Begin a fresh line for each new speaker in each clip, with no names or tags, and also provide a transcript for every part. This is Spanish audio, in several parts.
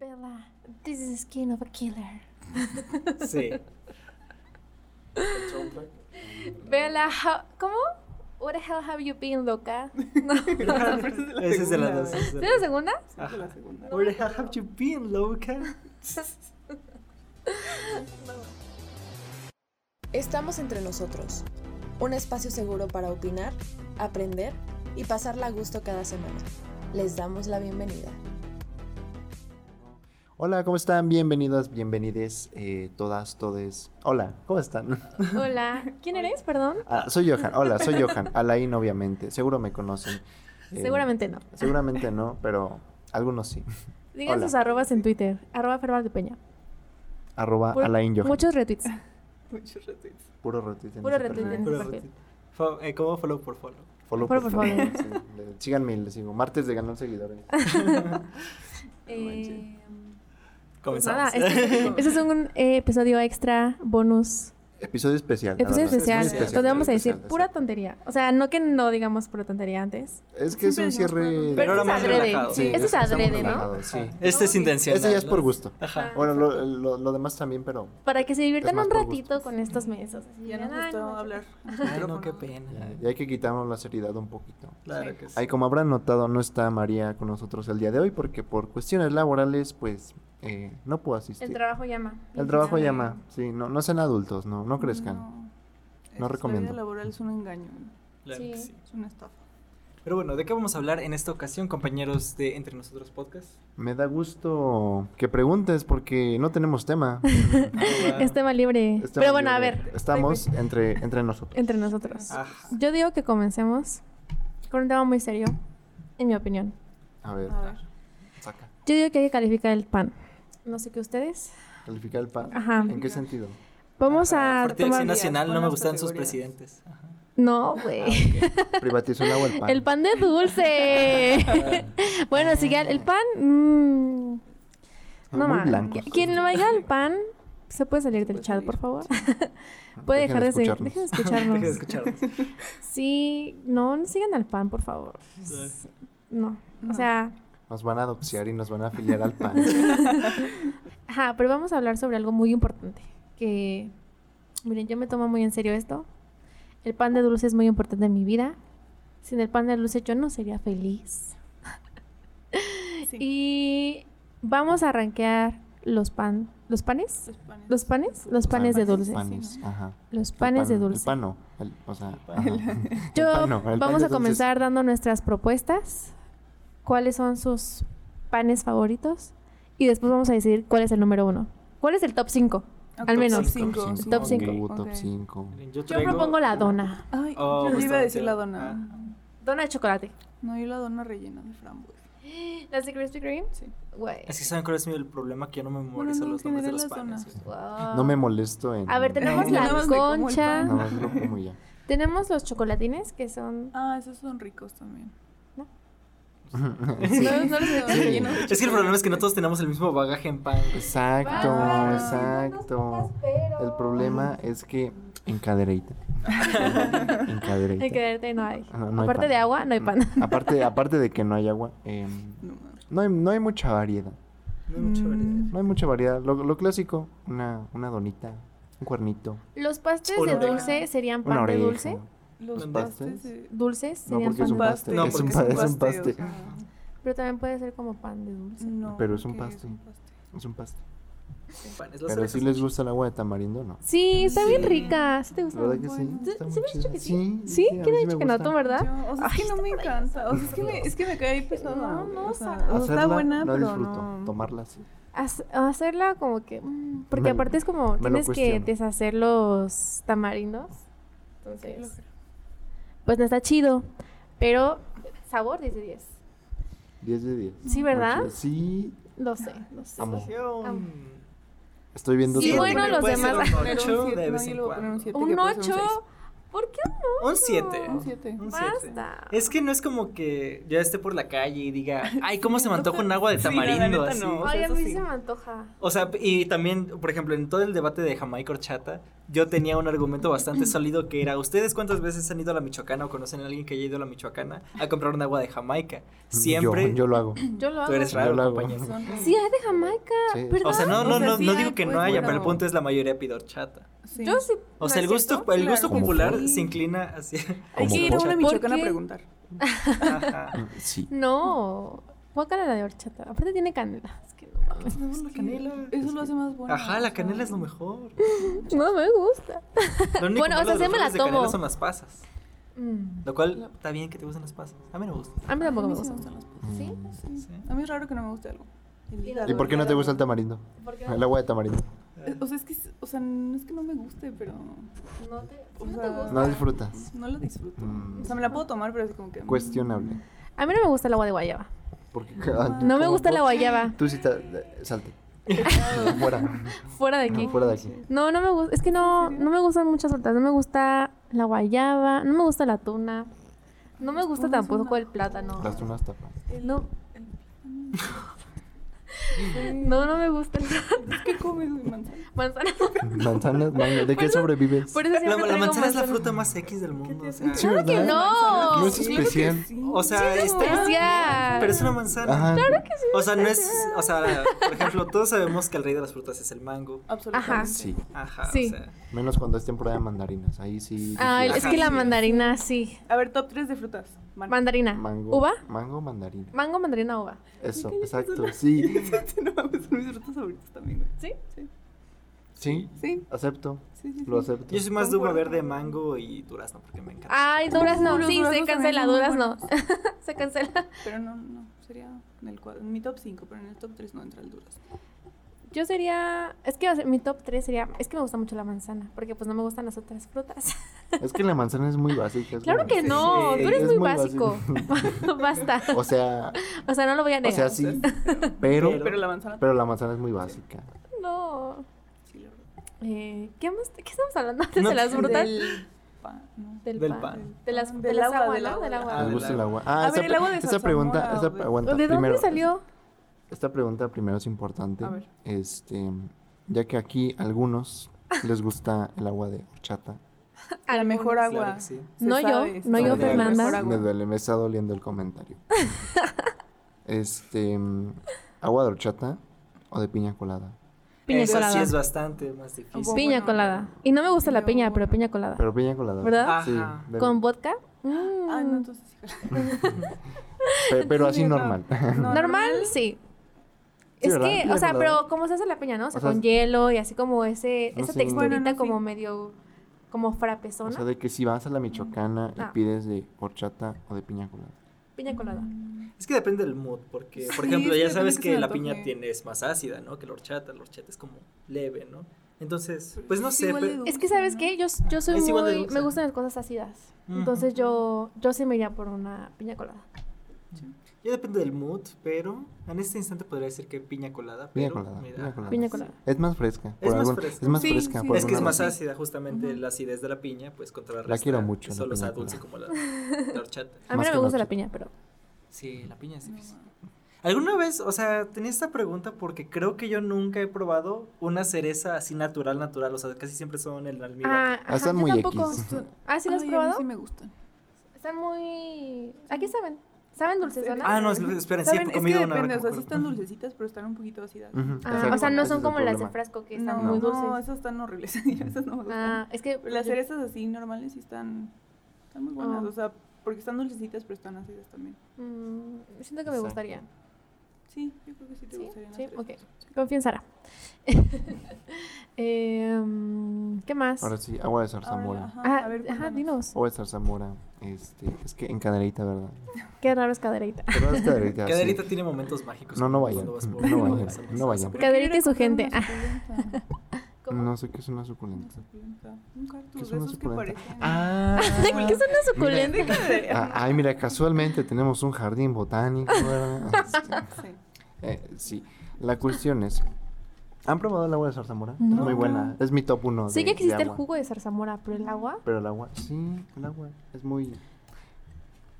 Bella, this is the skin of a killer.
Sí.
Bella, how- ¿cómo? What the hell have you been, loca? No.
Ese es de las dos.
¿Es la segunda?
Es de la segunda.
Where the hell have you been, loca?
Estamos entre nosotros, un espacio seguro para opinar, aprender y pasarla a gusto cada semana. Les damos la bienvenida.
Hola, ¿cómo están? Bienvenidas, bienvenides, eh, todas, todes. Hola, ¿cómo están?
Hola. ¿Quién eres? Perdón.
Ah, soy Johan, hola, soy Johan. Alain, obviamente, seguro me conocen. Eh,
Seguramente no.
Seguramente no, pero algunos sí.
Digan
hola.
sus arrobas en Twitter. Arroba Ferval de Peña.
Arroba
Puro-
Alain Johan.
Muchos retweets.
Muchos retweets.
Puro retweet. en
Puro
ese
retweet
perfil.
en-
Puro retweet. Fo- eh, ¿Cómo follow por follow?
Follow,
Puro
por
por
favor.
favor.
Sí, le- síganme, y les digo. Martes de ganar seguidores.
Eh, pues nada,
Comenzamos.
este, este es un eh, episodio extra, bonus,
Episodio especial. nada
episodio
más.
especial,
especial,
donde vamos a decir
especial,
pura
exacto.
tontería. O sea, no que no digamos pura tontería antes.
Es que es
Siempre
un
nos
cierre.
podemos- Pero
este
ahora
es
más
adrede.
relajado.
Sí, este es
estamos
adrede, ¿no?
relajados, Sí.
Este es intencional.
Este ya es por
¿no?
gusto.
Ajá.
Bueno, lo, lo- lo demás también, pero
Para que se diviertan
más
un
por
ratito con estos mesos. así,
Ya
digan,
nos
"Ay,
gustó
manches".
hablar.
Ay, no, qué pena.
ya, ya hay que quitarnos la seriedad un poquito.
Claro que sí.
Ahí, como habrán notado, no está María con nosotros el día de hoy porque por cuestiones laborales, pues, eh, no puedo asistir.
El trabajo llama.
El trabajo
Claro.
llama, sí, no, no sean adultos, no, no crezcan.
Eso,
recomiendo.
La vida laboral es un engaño,
Claro que
Sí.
sí.
es una estafa.
Pero bueno, ¿de qué vamos a hablar en esta ocasión, compañeros de Entre Nosotros Podcast?
Me da gusto que preguntes porque no tenemos tema.
Es tema libre.
Este
Pero bueno, a
mayor-
ver,
Estamos entre, entre nosotros.
entre nosotros.
Ajá.
Yo digo que comencemos con un tema muy serio, en mi opinión.
A ver,
A ver,
saca.
Yo digo que hay que calificar el pan. No sé qué ustedes.
Calificar el pan.
Ajá.
¿En qué sentido?
Vamos a
Partido de
tomar...
Acción Nacional no me
buenas
gustan sus
categorías.
presidentes. Ajá.
No, güey.
Privatizó Ah, pues el agua el pan.
El pan de dulce. bueno, si ya el pan... mm, no
Muy
más.
blancos.
Quien le vaya al pan, se puede salir del chat, por favor. puede
Dejen
dejar de seguir. Dejen de
Dejen
escucharnos.
de
escucharnos.
escucharnos.
Sí, no, no sigan al pan, por favor. No. O
No.
sea,
Nos van a adopciar y nos van a afiliar al pan.
ajá, pero vamos a hablar sobre algo muy importante. Que, miren, yo me tomo muy en serio esto. El pan de dulce es muy importante en mi vida. Sin el pan de dulce yo no sería feliz.
Sí.
Y vamos a rankear los pan, los panes,
los panes.
los panes, los panes de dulce.
Panes, ajá.
Los
El
panes de
pan-
dulce.
El pan no. el- o sea, ajá. El
Yo
pan no, el pan
vamos
de
a
dulce
comenzar dando nuestras propuestas. ¿Cuáles son sus panes favoritos? Y después vamos a decidir cuál es el número uno. ¿Cuál es el top 5?
Ah,
al menos.
es
cinco,
Top
top
cinco.
cinco.
Uh,
Ok.
top 5.
Miren,
Yo
traigo-
propongo la dona.
Ay,
Oh,
pues
yo le iba
justamente.
a decir la dona.
Ah.
Dona de chocolate.
No, yo la dona rellena de frambuesa.
¿Las de Krispy Kreme?
Sí.
Güey.
Es que saben cuál es mi- el problema, que yo no me memorizo
no,
los
en
nombres de los
general las
panes.
donas.
güey.
Wow.
No me molesto en.
A ver, tenemos
Yo nada
la
más me como el
concha.
pan.
Nada más lo como y ya.
Tenemos los chocolatines que son...
Ah, esos son ricos también.
Sí.
No, no los de
Sí.
rellenos de
Es que el problema es que no
chocolate.
todos tenemos el mismo bagaje en pan. güey.
Exacto,
Bárbaro,
exacto. El problema es que encadereita. Encadereita.
Hay que darte, no hay.
Ah, No, no hay
Aparte
pan. Mm,
de agua, no hay pan.
Aparte, aparte de que no hay agua, eh,
No, mames.
no, hay, no hay mucha variedad.
No hay mucha variedad.
No hay mucha variedad. Lo, lo clásico, una, una donita, un cuernito,
Los pastes
Una
de
oreja.
dulce serían pan
una
de
oreja.
dulce.
Los
Los
pastes
pastes.
de...
Dulces
No,
serían pan
porque es
de
un
dulce.
pastel.
No,
es,
porque
un
es un
pa- es un
pastel, o
pastel.
sea,
Pero también puede ser como pan de dulce.
no,
Pero es un
porque
pastel.
pastel.
Es un pastel.
Pan, es las
Pero si
orejas.
les gusta el agua de tamarindo, ¿no.
Sí, está bien
Sí.
rica. ¿Sí te gusta?
¿Verdad que
bueno.
sí?
¿Sí-
Está muy
sí me has dicho
chida.
que sí?
Sí,
¿Sí? ¿Quién
a mí
ha dicho
sí me
que no?
gusta.
¿Tú, verdad?
Yo, o sea, es que no me encanta. O sea, es que me, es que me cae pesada.
No,
güey.
no,
o sea,
sabe.
o sea, está
Hacerla,
buena,
la
pero
disfruto.
no.
Tomarla sí.
Hac- hacerla como que... mm, porque
Me lo-
aparte es como...
me lo
Tienes que
cuestiono.
deshacer los tamarindos.
Sí, lo
Entonces...
creo.
Pues no está chido. Pero... Sabor 10 de 10.
10 de 10.
Sí,
Muy
¿verdad?
chida. Sí,
Lo sé, lo sé.
Mm. amo.
Amo.
Estoy viendo
Sí,
otra
bueno,
vez.
los
Puede ser
demás-
Un
Pero un
8
siete,
de
no,
vez
yo
en
le voy a poner
cuando.
siete, que
Un
puede ser
8...
seis.
¿Por qué
Un 7.
Un siete.
Un 7.
basta?
Es que no es como que yo esté por la calle y diga, ay, ¿cómo se me antoja un agua de
Sí, no, la
tamarindo?
neta
así.
no. o sea,
Ay, a
eso
mí
sí.
se me antoja.
O sea, y también, por ejemplo, en todo el debate de Jamaica Horchata, yo tenía un argumento bastante sólido que era, ¿ustedes cuántas veces han ido a la Michoacana o conocen a alguien que haya ido a la Michoacana a comprar un agua de Jamaica? Siempre...
Yo, yo lo hago.
Yo lo hago.
Tú eres
Yo
raro,
lo hago.
compañero.
Son ricos.
Sí, hay de Jamaica,
Sí.
¿verdad?
O sea, no, no,
O sea,
no,
sí
no
hay,
digo que
pues,
no haya,
bueno.
pero el punto es la mayoría pide horchata.
Sí.
Yo sí.
O sea, el
¿no es
gusto,
cierto?
el gusto
Claro.
popular
Como
se inclina hacia...
Hay
Como
que ir a
pocha.
una
¿Por
Michoacán a
qué?
preguntar.
Ajá.
Mm, Sí.
No. Guácala la de horchata. Aparte tiene canela. Es que no mames.
No, la canela. Eso lo hace más bueno.
Ajá,
o
la
sea.
canela es lo mejor.
No me gusta.
Lo único
Bueno, o sea,
malo de
sí me
los
la
flores de canela
tomo.
son las pasas.
Mm.
Lo cual está bien que te gusten las pasas. A mí no me gusta.
A mí
A mí
tampoco me
sí
gusta.
me gustan las pasas.
¿Sí?
Mm.
Sí.
Sí.
A mí es raro que no me guste algo. El hígado.
¿Y por qué no te gusta el tamarindo?
¿Por qué
El agua de tamarindo.
Eh, O sea, es que, o sea, no es que no me guste, pero
no te,
O
no te
sea,
gusta?
No disfrutas.
no lo disfruto.
Mm.
O sea, me la puedo tomar, pero es como que... mm,
Cuestionable.
A mí no me gusta el agua de guayaba.
Porque ah,
No me gusta la guayaba.
Tú sí te- eh, salte. Fuera.
Fuera de aquí.
No, fuera de aquí.
No, no me gusta. Es que no,
¿En serio?
no me gustan muchas frutas. No me gusta la guayaba. No me gusta la tuna. No me gusta
tunas son
tampoco
la
el plátano. Eh,
Las tunas tapan.
No,
el-
no, no me gusta el
¿Qué comes, güey, manzana?
manzana.
Manzanas, mango. ¿De
Por
qué
eso-
sobrevives?
Por eso
La,
siempre
la
traigo
manzana es la fruta más X del mundo. O sea,
Sí,
Claro que
¿verdad?
no.
No es especial.
o sea está.
Especial.
Pero es una manzana.
Ajá.
O sea, no es. O sea, por ejemplo, todos sabemos que el rey de las frutas es el mango.
Absolutamente.
Ajá.
Sí.
Ajá.
Sí.
O sea,
Menos cuando es temporada de mandarinas. Ahí sí.
Ay,
dije,
Ah,
"Ah,
es que la
Ajá.
mandarina, sí.
A ver, top 3 de frutas. Man-
Mandarina.
Mango.
¿Uva?
Mango, mandarina.
Mango, mandarina, uva.
Eso, exacto. Sí.
no mames, son mis frutas favoritas también, güey.
¿Sí?
Sí,
Sí.
sí,
Acepto.
sí. sí,
Lo
sí.
acepto.
yo soy más de uva
Concuerdo.
verde, mango y durazno porque me encanta.
Ay, durazno.
Los
Sí, se
duraznos también
cancela,
son muy
durazno. se cancela.
Pero no, no, sería en, el cuadro, en mi top 5, pero en el top 3 no entra el durazno.
Yo sería. Es que o sea, mi top 3 sería. Es que me gusta mucho la manzana. Porque pues no me gustan las otras frutas.
Es que la manzana es muy básica. es
claro
como-
que no.
Sí,
tú eres
es
muy
muy
básico. Basta.
O sea,
O sea, no lo voy a
o
negar.
sea, sí. Pero,
Pero la manzana
pero la manzana es muy básica.
No.
sí la verdad.
Eh, ¿qué, más- ¿Qué estamos hablando antes
No,
de las frutas?
Del pan, no.
Del,
del
pan.
pan.
De las,
Del
de las
agua,
agua,
del
¿no?
agua.
Del
Ah,
agua.
Me
del
gusta el
agua.
agua. Ah,
A
esa,
ver, el agua de
esa
Salsamora,
pregunta, esa
o
pre-
de-
aguanta,
¿De dónde
primero,
salió?
Esta pregunta primero es importante.
A ver.
Este, ya que aquí algunos les gusta el agua de horchata.
A
La mejor
Claro
agua.
que sí.
Se
No yo,
sabe,
no
se
yo,
sabe.
Fernanda.
Mejor agua.
Me duele, me está doliendo el comentario. este, mm, agua de horchata o de piña colada.
Piña
Esa
colada.
sí es bastante más difícil.
Piña
Ah, Bueno.
colada. Y no me gusta la
Yo-
piña, pero piña colada.
Pero piña colada.
¿Verdad?
Sí.
Ajá.
de-
¿Con vodka? Mm.
Ah, no, entonces sí.
pe- pero así
sí, no.
normal.
No,
Normal, sí. es
¿verdad?
que,
Sí,
o sea,
¿verdad?
pero como se hace la piña, ¿no? O sea,
O sea,
con hielo y así como ese,
no
esa
sé.
texturita
Bueno, no,
como
sí.
medio, como
O
frapezona.
sea, de que si vas a la Michoacana y
Ah.
pides de horchata o de piña colada.
Piña colada.
Mm.
Es que depende del mood, porque, por
Sí,
ejemplo,
es que
ya
depende
sabes
que
que,
se me
la piña
antoje.
tiene, es más ácida, ¿no? Que la horchata. La horchata es como leve, ¿no? Entonces,
Pero
pues no
es
sé.
igual de
pe-
dulce.
Es que, ¿sabes qué? Yo, yo soy
Es igual de
muy,
dulce.
me gustan las cosas ácidas. Entonces
Ujú.
yo, yo sí me iría por una piña colada.
Ya depende del mood, pero en este instante podría decir que piña colada.
Piña
pero
colada,
me da-
piña colada.
Piña colada.
Es más fresca.
Es
por
más
algún-
fresca.
Es más
Sí,
fresca.
sí,
por
Es que es
alguna
más
razón.
ácida, justamente la acidez de la piña, pues contrarresta.
quiero mucho,
que
la
Solo
piña
sea dulce como la, la horchata.
A mí
Más
no
que
me gusta
la
la piña, pero...
Sí, la piña es difícil. ¿Alguna vez, o sea, tenía esta pregunta porque creo que yo nunca he probado una cereza así natural, natural. O sea, casi siempre son el almíbar.
Ah, ajá,
están
yo
muy
tampoco.
X.
Ah, ¿sí lo has
Ay, a mí
probado?
Sí me gustan.
Están muy... Aquí saben. Saben dulces, ¿verdad?
Ah, no, esperen, sí,
¿Saben?
he
Es
comido
que
una. ahora que
depende, o sea,
me
sí
acuerdo.
están dulcecitas, pero están un poquito ácidas.
Ujú,
Ah,
exacto,
o sea, no
ese
son
es el
como las de
problema.
frasco que
no,
están muy dulces.
no, esas están horribles. esas no me gustan.
Ah, es que...
Pero Las
yo-
cerezas así normales sí están, están muy buenas.
Ah.
O sea, porque están dulcecitas, pero están ácidas también.
Mm, siento que me
Exacto.
gustaría.
Sí, yo creo que sí te
Sí,
gustarían las
sí, ok.
cerezas.
Confío en Sara. Em, ¿Qué más?
Ahora sí, agua de
Ahora,
zarzamora.
ajá,
Ah,
a ver,
ajá,
cuéntanos.
dinos.
Agua de zarzamora. Este, es que en caderita, ¿verdad?
Qué raro es cadereita.
Pero es caderita. sí.
Caderita tiene momentos mágicos.
No, no
como
vayan,
cuando vas por-
no
cuando
vayan,
vas a los
no vayan.
supermercados.
Caderita y su
Quiero
gente.
ir a comprar
No
una suculenta,
sé qué es una
una
suculenta.
suculenta, Un
¿Qué
cactus
es
de
una
esos que
suculenta?
parecen.
Ah,
¿Qué es una suculenta?
ah, ay, mira, casualmente tenemos un jardín botánico, ¿verdad? Este,
Sí.
eh, sí, la cuestión es, ¿Han probado el agua de zarzamora?
No.
Es muy buena. Es mi top 1.
Sé que existe el jugo de zarzamora, pero el agua.
Pero el agua, sí, el agua es muy...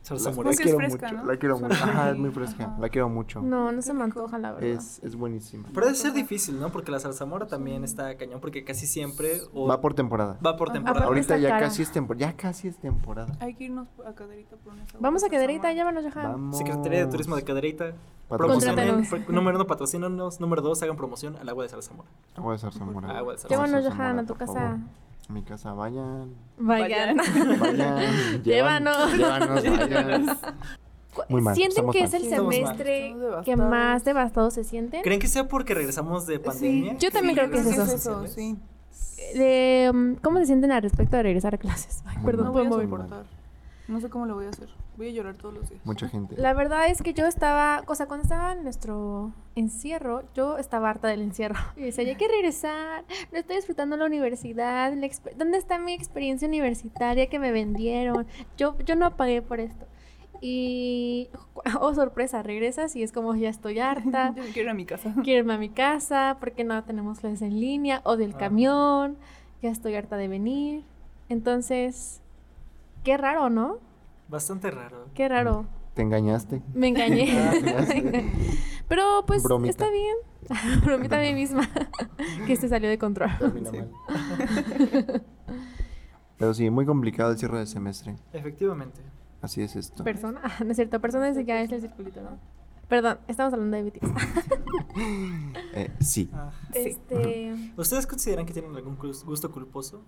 Zarzamora.
Es que es fresca,
mucho,
¿no?
la quiero mucho.
Suena
Ajá, es muy
muy-
fresca,
ajá.
la quiero mucho.
No, no se me antoja, la verdad.
Es, es buenísima.
Pero debe ser difícil, ¿no? Porque la zarzamora también está cañón, porque casi siempre o-
Va por temporada.
va por
Ajá.
temporada.
Aparte-
Ahorita
está
ya
cara.
casi es temporada. Ya casi es temporada.
Hay que irnos a Caderita por una
Vamos a quedar ahorita, llévanos, Johan.
Vamos.
Secretaría de Turismo de Cadereyta.
Patrocina.
Promocionen. pro- Número uno, patrocínanos. Número dos, hagan promoción al agua de zarzamora.
Agua de zarzamora.
Agua de zarzamora.
Llévanos,
Zarzamora,
Johan, a tu
por
casa.
favor. A mi casa, vayan.
Vayan.
Vayan.
Llévanos.
Llévanos, vayan.
Cu-
Muy mal,
¿Sienten
estamos
que
mal.
es el
Estamos mal.
semestre
Estamos
que
devastados.
más devastados se sienten?
¿Creen que sea porque regresamos de pandemia?
Yo también creo que es eso.
¿Sociales?
sí.
De, um, ¿Cómo se sienten al respecto de regresar a clases? Ay,
Muy
perdón,
mal.
No
puedo
voy a
mover.
mover.
soportar. No sé cómo lo voy a hacer. Voy a llorar todos los días.
Mucha gente.
La verdad es que yo estaba, o sea, cuando estaba en nuestro encierro, yo estaba harta del encierro. Y decía, ya hay que regresar, no estoy disfrutando la universidad, la exper- ¿dónde está mi experiencia universitaria que me vendieron? Yo, yo no pagué por esto. Y, oh sorpresa, regresas y es como, ya estoy harta,
Yo quiero ir a mi casa.
quiero irme a mi casa, porque no tenemos clases en línea, o del
Ah.
camión, ya estoy harta de venir. Entonces, qué raro, ¿no?
Bastante raro.
Qué raro.
Te engañaste.
Me engañé.
Ah, ya.
Pero pues
Bromita.
está bien. Bromita a mí misma. que se salió de control.
Termina mal. Pero sí, muy complicado el cierre del semestre.
Efectivamente.
Así es esto.
Persona. Ah, no es cierto. Persona ese ya es el circulito, ¿no? Perdón, estamos hablando de BTS.
Eh, sí.
Ah.
Este,
¿Ustedes consideran que tienen algún cus- gusto culposo?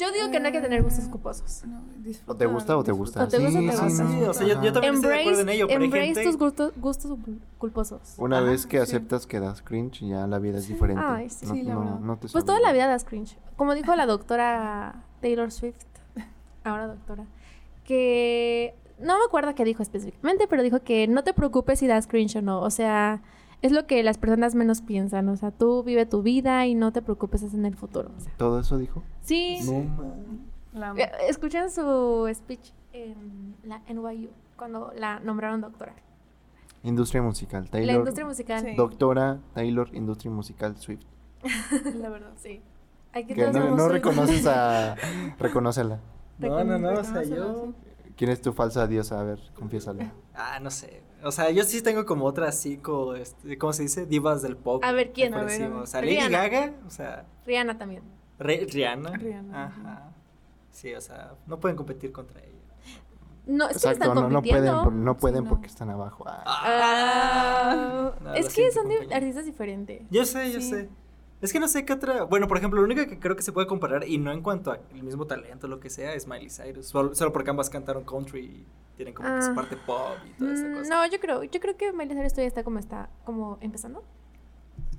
yo digo que no hay que tener gustos cuposos.
No,
¿O te gusta o te gusta?
¿O te gusta o te
Sí,
gusta?
no.
Ah, Sí, o sea, yo- yo también- estoy de
Embrace,
acuerdo en ello, pero hay
embrace
gente-
tus gustos, gustos cul- culposos.
Una
Ajá,
vez que
sí.
aceptas que das cringe, ya la vida es diferente.
Ay, sí,
no,
sí, la
no-
verdad.
no te
Pues
sobra.
toda la vida das cringe. Como dijo la doctora Taylor Swift, ahora doctora, que no me acuerdo qué dijo específicamente, pero dijo que no te preocupes si das cringe o no. O sea, es lo que las personas menos piensan. O sea, tú vive tu vida y no te preocupes en el futuro. O sea,
¿Todo eso dijo?
sí.
La amo.
Eh, Escuchen su speech en la NYU, cuando la nombraron doctora.
Industria musical. Taylor.
La industria musical.
Sí.
Doctora Taylor, industria musical Swift.
La verdad, sí.
Aquí
Que
todos
no,
somos
no
Swift.
reconoces a. Reconócela.
No, no, no, o sea, yo...
Reconócelo,
¿Quién es tu falsa diosa? A ver, confiésale.
Ah, no sé. O sea, yo sí tengo como otras cinco, este, ¿cómo se dice? Divas del pop.
A ver, ¿quién?
me
A
parece,
ver, a ver.
O sea, Lady
Rihanna.
Gaga, o sea,
Rihanna también.
Re- Rihanna.
Rihanna,
Ajá. Sí, o sea, no pueden competir contra ella.
No, es que
Exacto,
Ah, están
no, no pueden,
compitiendo.
por- no pueden
no.
porque están abajo. Ah,
Ah,
No, lo
es que
siento,
son di-
compañero.
artistas diferentes.
Yo sé, yo
Sí.
sé. Es que no sé qué otra. Bueno, por ejemplo, lo único que creo que se puede comparar, y no en cuanto al mismo talento, lo que sea, es Miley Cyrus. Solo, solo porque ambas cantaron country y tienen como que su
Ah.
parte pop y toda esa
Mm,
cosa.
No, yo creo, yo creo que Miley Cyrus todavía está como está, como empezando.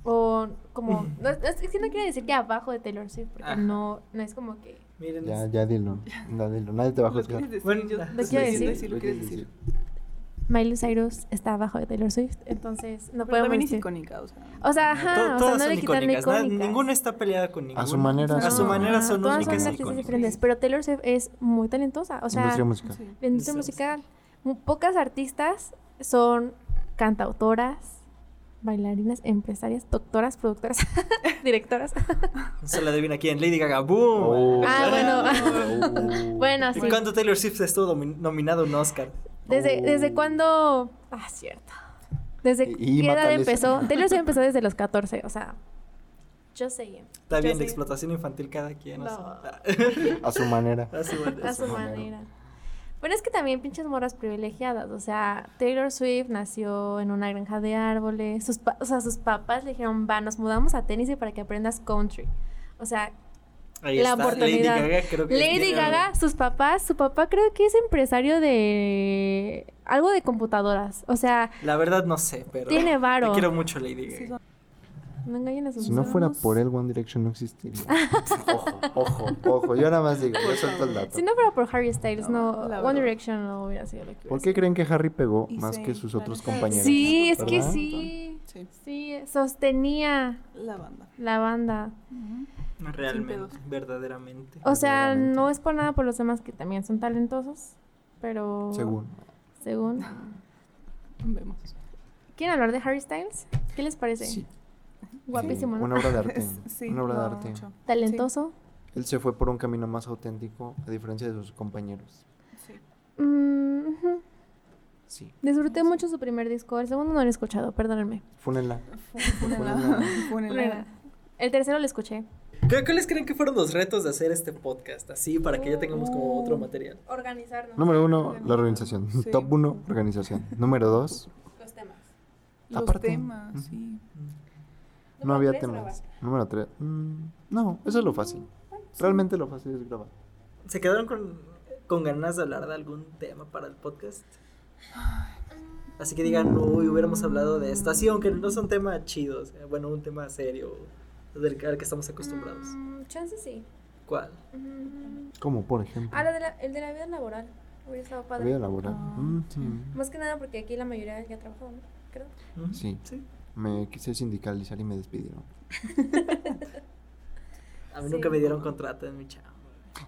O como, no, es es que no quiere decir que abajo de Taylor Swift, porque
Ajá.
no, no es como que.
Miren,
ya,
es-
ya dilo. Ya dilo. Nadie te va a
Ah, Lo
juzgar.
quieres decir,
Bueno,
yo-
lo
lo
quiero
quieres
decir.
decir, lo quieres decir.
Miley Cyrus está abajo de Taylor Swift, entonces no
Pero
podemos
también es
decir. Ah,
icónica, o sea.
O sea,
to-
ajá, o sea,
todas
no
son
le quitan
icónicas. nada-
icónicas.
ninguna está peleada con ninguna.
A su manera.
A su
No,
manera
ajá,
son
todas son
únicas e y
artistas
icónicas.
diferentes, pero Taylor Swift es muy talentosa, o sea,
industria musical.
Sí.
la industria musical. Mu- Pocas artistas son cantautoras, bailarinas, empresarias, doctoras, productoras, directoras.
Se la adivina quién, Lady Gaga. ¡Boom!
Oh.
Ah,
bueno. Oh.
bueno,
¿Y
sí.
cuándo Taylor Swift estuvo nomi- nominada a un Oscar?
¿Desde,
Oh.
desde cuándo? Ah, cierto. ¿Desde
Y- y
qué edad
mátales.
empezó? Taylor Swift empezó desde los 14, o sea, yo sé,
Está
Ya
bien,
sé.
de explotación infantil cada quien. o sea.
No.
A su manera.
A su manera.
a su
manera.
manera. Pero es que también pinches morras privilegiadas, o sea, Taylor Swift nació en una granja de árboles, sus pa- o sea, sus papás le dijeron, va, nos mudamos a Tennessee para que aprendas country. O sea,
Ahí
La
está,
oportunidad.
Lady Gaga creo que
Lady
tiene-
Gaga, sus papás, su papá creo que es empresario de algo de computadoras, o sea,
La verdad no sé, pero...
Tiene varo.
Te quiero mucho, Lady
Sí,
Gaga.
son-
no engañen a sus
Si no
papás.
fuera por él, One Direction no existiría. ojo, ojo, ojo. Yo nada más digo, yo suelto el dato.
Si no fuera por Harry Styles, no,
No, la verdad.
One Direction no hubiera sido lo que
¿Por
hubiera
qué creen que Harry pegó
Y
más
sí,
que sus
la
otros
neta,
compañeros?
Sí, es que
¿Verdad?
sí.
Sí,
Sí, sostenía
la banda.
la banda.
Realmente,
pedos.
verdaderamente.
O sea,
Verdaderamente.
no es por nada por los demás que también son talentosos, pero...
Según.
Según.
Vemos.
¿Quieren hablar de Harry Styles? ¿Qué les parece?
Sí.
Guapísimo, ¿no?
Una obra de arte.
Sí,
una obra de
no,
arte.
mucho.
Talentoso.
Él se fue por un camino más auténtico, a diferencia de sus compañeros.
Sí.
Mm, ujú.
Sí.
Disfruté mucho su primer disco. El segundo no lo he escuchado, perdónenme.
Fúnenla.
Fu- Funela. Funela.
El tercero lo escuché.
¿Qué- ¿Cuáles creen que fueron los retos de hacer este podcast? Así, para que ya tengamos como
Oh.
otro material.
Organizarnos.
Número uno, la organización.
Sí.
Top uno, organización. Número dos,
Los temas.
Los
Aparte.
temas,
Ujú.
sí.
no había temas. Número tres, mm, no, eso es lo fácil. Realmente lo fácil es grabar.
¿Se quedaron con, con ganas de hablar de algún tema para el podcast? Así que digan, uy, hubiéramos hablado de esto. Así, aunque no son tema chido, o sea, bueno, un tema serio, del que- al que estamos acostumbrados.
Mm, chance sí.
¿Cuál?
Mm,
Como por ejemplo,
Ah, lo de la, el de la vida laboral. Hubiera estado
la
padre.
vida laboral.
Ah,
Mm,
sí.
sí.
Más que nada porque aquí la mayoría ya trabajó, ¿no? Creo.
Ujú.
Sí.
¿Mm? Sí.
Me quise sindicalizar y me despidieron.
A mí
Sí.
nunca me dieron contrato en mi chamba.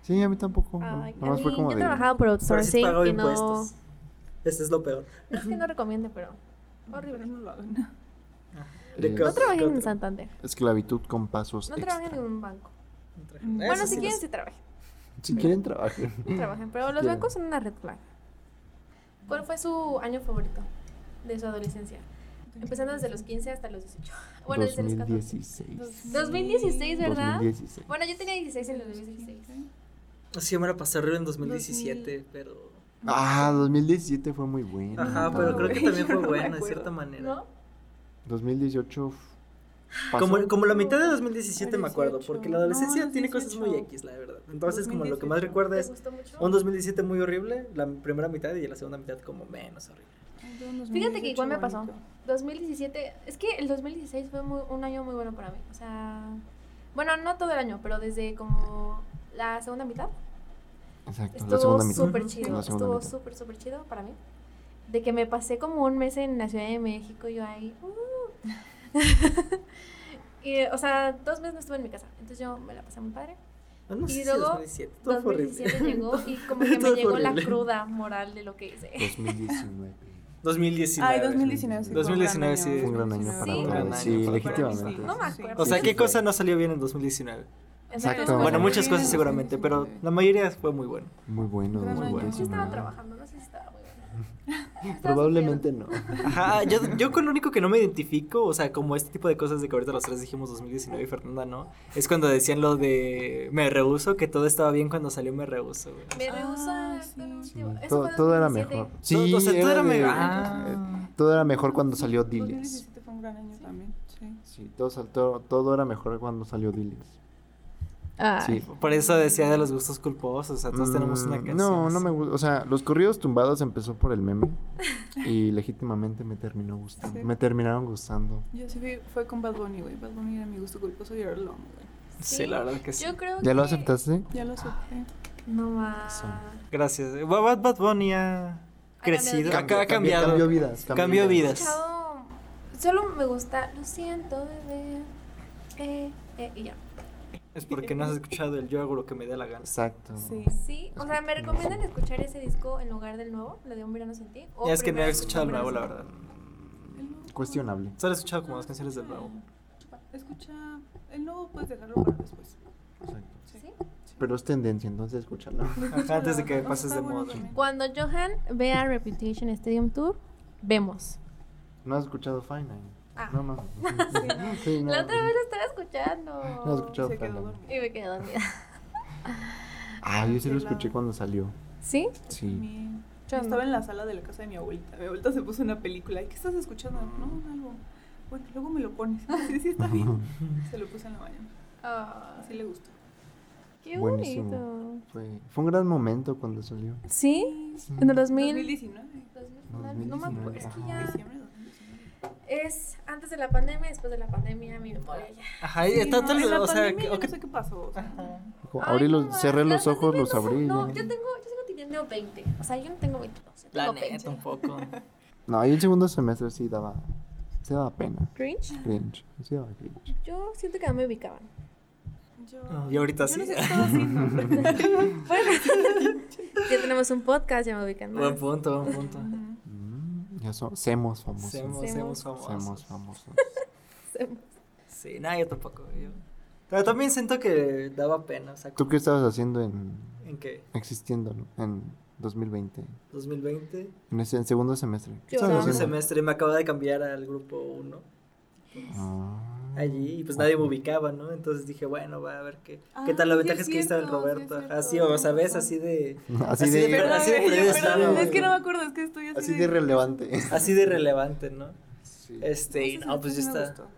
Sí, a mí tampoco. no,
Ay,
nomás
a
fue
mí,
como
yo he
de.
trabajado por
Pero sí
outsourcing
pagado
y no, no
impuestos. Este es lo peor.
es que no recomiendo, pero
Pero
horrible.
no lo hagan.
¿De
eh,
qué
No
otro?
trabajen
otro?
en Santander,
Esclavitud con pasos.
no
extra.
trabajen en un banco.
Eso
Bueno, si
sí
quieren,
los-
sí trabajen,
Si quieren, trabajen.
sí trabajen, pero los
quieren.
bancos son una red flag. ¿Cuál fue su año favorito de su adolescencia? Empezando desde los 15 hasta los 18. Bueno, desde los 14.
2016.
2016, ¿verdad?
2016.
Bueno, yo tenía 16 en los 2016.
Sí, yo me la pasé arriba en 2017, pero...
pues
Ah, 2017 fue muy bueno.
Ajá,
Ah,
pero creo que
güey,
también
yo
fue
no me
bueno, de
acuerdo.
cierta manera.
¿No?
2018 f- pasó.
Como, como la mitad de 2017 me acuerdo,
18.
porque la adolescencia
No,
tiene cosas muy
18.
X, la verdad. Entonces, como lo que más
2018.
recuerdo
¿Te
es
gustó mucho?
un 2017 muy horrible, la primera mitad y la segunda mitad como menos horrible.
Fíjate que igual me pasó. 2017, es que el 2016 fue muy- un año muy bueno para mí. O sea, bueno, no todo el año, pero desde como la segunda mitad.
Exacto, la
Estuvo
segunda mitad.
súper
Ujú.
chido,
La segunda
estuvo
mitad.
súper, súper chido para mí. De que me pasé como un mes en la Ciudad de México, yo ahí. ¡uh! y, o sea, dos meses no estuve en mi casa, entonces yo me la pasé muy padre.
Ah, No
Y
sé si
luego,
2017, todo fue horrible.
2017 llegó y como que me
Todo fue
llegó la
horrible.
cruda moral de lo que hice.
Pues,
2019.
2019.
Ay, 2019 sí.
2019 sí.
Fue un gran año para
Sí.
todos.
Sí,
Sí,
para
legítimamente.
todos. No me acuerdo.
O sea, ¿qué
Sí.
cosa no salió bien en 2019?
Entonces,
Exacto.
Bueno,
Bueno,
muchas
sí,
cosas
en
seguramente, pero
2019.
la mayoría fue muy bueno.
Muy bueno,
Gran
muy
año.
bueno.
Yo estaba
¿no?
trabajando, no sé si estaba muy buena. Estaba
Probablemente no.
Ajá, yo, yo con lo único que no me identifico, o sea, como este tipo de cosas de que ahorita los tres dijimos 2019 y Fernanda no, es cuando decían lo de me rehuso, que todo estaba bien cuando salió me rehuso. güey.
Me rehusó
Ah,
a-
sí.
con un
Sí,
tío. Eso
todo,
fue en
todo era
2007.
mejor.
Todo- o sea, todo era
de-
mejor. Ah.
eh, todo era mejor cuando salió Diles.
2017 fue un gran año también, sí.
Sí, todo, sal- todo, todo era mejor cuando salió Diles.
Ah.
Sí.
Por eso decía de los gustos culposos, o sea, todos tenemos una
Mm,
canción.
No, no
así.
me gusta. O sea, los corridos tumbados empezó por el meme. Y legítimamente me terminó gustando.
Sí.
Me terminaron gustando.
Yo sí fui, fue con Bad Bunny, güey. Bad Bunny era mi gusto culposo y ahora lo amo, güey.
Sí, la verdad que sí.
Yo creo
¿Ya lo
que-
aceptaste?
Ya lo supe.
Ah.
No más.
Eso.
Gracias. Ba- Bad, Bad Bunny ha
Ah,
crecido, ha,
cambiado.
ha cambiado.
Cambió vidas.
Cambió
He
vidas.
escuchado. Solo me gusta. Lo siento, bebé. Eh, eh, y ya.
Es porque no has escuchado el yo hago lo que me dé la gana.
Exacto.
Sí.
Sí, o sea, me recomiendan escuchar ese disco en lugar del nuevo, lo de Un verano sin ti. o
es que no
primero
he escuchado el
Un
nuevo, la
verano
verdad.
Cuestionable.
Solo he escuchado como las canciones del nuevo.
Escucha, el nuevo puedes dejarlo para después.
Exacto.
sin ti. ¿Sí?
Pero es tendencia, entonces escúchalo.
Ajá, antes de que
Escúchalo,
pases
está
de
bueno
moda.
también.
Cuando Johan vea Reputation Stadium Tour, vemos.
No has escuchado Fine Line.
Ah.
No mames. Sí, no.
La otra vez lo estaba escuchando.
No has escuchado
Se
Fine
quedó
Line.
Y
dormido.
me quedé dormida.
Ah, yo sí lo
Cancelado.
escuché cuando salió.
¿Sí?
Sí.
Mi- Yo estaba en la sala de la casa de mi abuelita. Mi abuelita se puso una película. "Ay, ¿Qué estás escuchando? No, un álbum. Bueno, luego me lo pones. Sí, sí, está bien. Se lo puse en la mañana.
Ah,
Así le gustó.
qué
Buenísimo.
bonito.
Fue, fue un gran momento cuando salió.
¿Sí?
Mm.
En el 2000.
2019.
No me acuerdo. Es que ya.
Diciembre de 2019.
Es antes de la pandemia, después de la pandemia, mi memoria ya.
Ajá, y
Sí,
está
no,
todo-
en la
o sea,
pandemia
que-
yo
o que-
no sé qué pasó. o sea,
Dijo,
Ay,
abrí
no
los-
más.
cerré
La
los ojos,
pandemia
los
no-
abrí. eh.
No,
ya.
yo tengo, yo sigo teniendo 20. O sea, yo no tengo 22. Yo
La
tengo
neta,
20.
un poco.
No, y el segundo semestre sí daba. Se daba pena.
¿Cringe?
Cringe. Sí daba cringe.
Yo siento que no me ubicaban.
Ah,
Yo,
Y ahorita
yo
sí.
no sé qué estaba haciendo.
Bueno, ya tenemos un podcast, ya me ubican más.
Buen punto, buen punto.
Mm, ya so- semos famosos.
Seamos,
Semos.
seamos famosos.
Semos famosos.
Sí, nada, yo tampoco. yo- Pero también siento que daba pena, o sea,
¿Tú qué estabas haciendo en
¿en qué?
existiendo ¿no? en 2020?
¿2020?
En ese en segundo semestre. ¿Qué
Yo
estabas
estaba-
Segundo
haciendo?
semestre, me acababa de cambiar al grupo 1
Ah.
allí y pues nadie me
Ujú.
ubicaba, ¿no? Entonces dije, bueno, va a ver qué, qué
Ah,
tal la
sí
ventaja
es
es que está el
cierto, sí es
Roberto.
cierto,
así, o
tienes
sabes,
razón.
así de,
Así,
así
de,
de- pero así de
Perdóname,
Freddy
yo,
estaba,
perdón,
güey.
Es que no me acuerdo, es que estoy así.
así de irrelevante.
así de relevante, ¿no?
Sí.
Este, y
No sé si
no,
el
pues
que
ya
sí me
está.
gustó.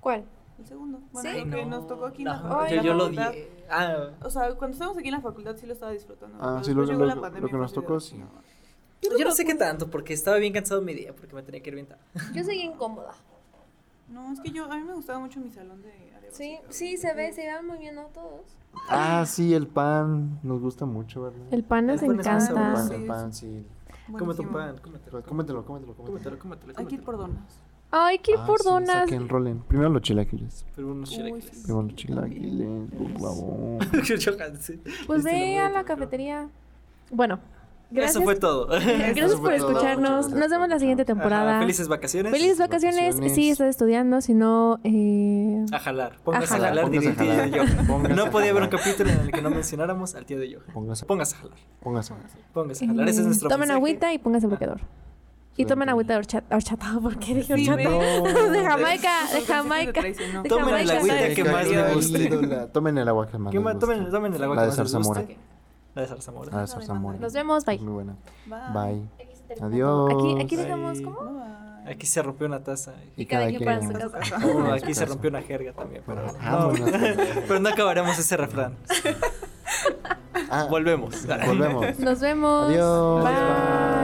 ¿Cuál?
El segundo. Bueno,
Ay,
lo que
no,
nos tocó aquí en
no,
la facultad.
yo,
La
yo lo
facultad,
di. Ah,
O sea, cuando estábamos aquí en la facultad sí lo estaba disfrutando.
Ah,
pero
sí, lo-
después llegó
lo-
la
lo
pandemia
que
y
nos
fue así
tocó,
de,
sí.
no.
yo no sé qué tanto, porque estaba bien cansado mi día, porque me tenía que ir bien tarde.
Yo soy incómoda.
No, es que yo, a mí me gustaba mucho mi salón de área
Sí,
básica.
sí, se ve, se ve muy bien, ¿no? Todos.
Ah, sí, el pan nos gusta mucho, ¿verdad?
El pan nos
El pan es más
El pan,
encanta.
sabroso.
el pan, sí.
Come tu
Buenísimo.
pan, cómetelo.
Cómetelo, cómetelo, cómetelo.
Cómetelo, cómetelo.
Hay que ir por
cómetelo.
donas.
Ay, qué
Ah,
por
sí,
donas.
saquen, rolen. Primero los chilaquiles.
Pero unos
Uy,
chilaquiles.
Primero los chilaquiles, por favor.
Yo cansé.
Pues ve
Viste, lo voy a
a la
tener.
cafetería. Bueno,
Eso
gracias.
fue todo.
Gracias
Eso
por
fue todo. Muchas
escucharnos.
gracias
Nos
por
vemos la siguiente
escucharnos.
temporada.
Ajá, felices vacaciones.
Felices vacaciones.
vacaciones.
Sí, estás estudiando, si no. eh,
A jalar. Póngase
A
a
jalar,
jalar,
póngase
diría
a
el tío de
jalar.
Johan.
Póngase a
No podía haber un
jalar.
capítulo en el que no mencionáramos al tío de Johan.
Póngase,
Póngase a jalar.
póngase.
Póngase a jalar. Ese
eh,
es nuestro
Tomen
mensaje.
agüita y pónganse bloqueador. Y tomen
Excelente.
agüita de horchata. horchata ¿Por qué dije
Sí,
horchata?
No.
de Jamaica,
Esa
Ah, de
canción te
Jamaica.
traicionó.
de
Tomen el
Jamaica.
agüita que más le guste.
La- Tomen el agua que más
Que
les
más-
guste.
Tomen, tomen el agua
La
que
de
más les
zarzamora.
guste. La de zarzamora.
La de zarzamora.
Nos vemos, bye.
Muy buena.
Bye.
Bye. Adiós.
Aquí, aquí dejamos,
Bye.
¿cómo?
Ah.
Bye.
Aquí se rompió una taza.
Y
cada
cada
quien para su
quien.
casa.
Oh, aquí se
Taza.
rompió una jerga también. Pero
Bueno,
no,
vámonos.
pero no acabaremos ese refrán.
Ah,
Volvemos.
volvemos.
Nos vemos.
Adiós.
Bye.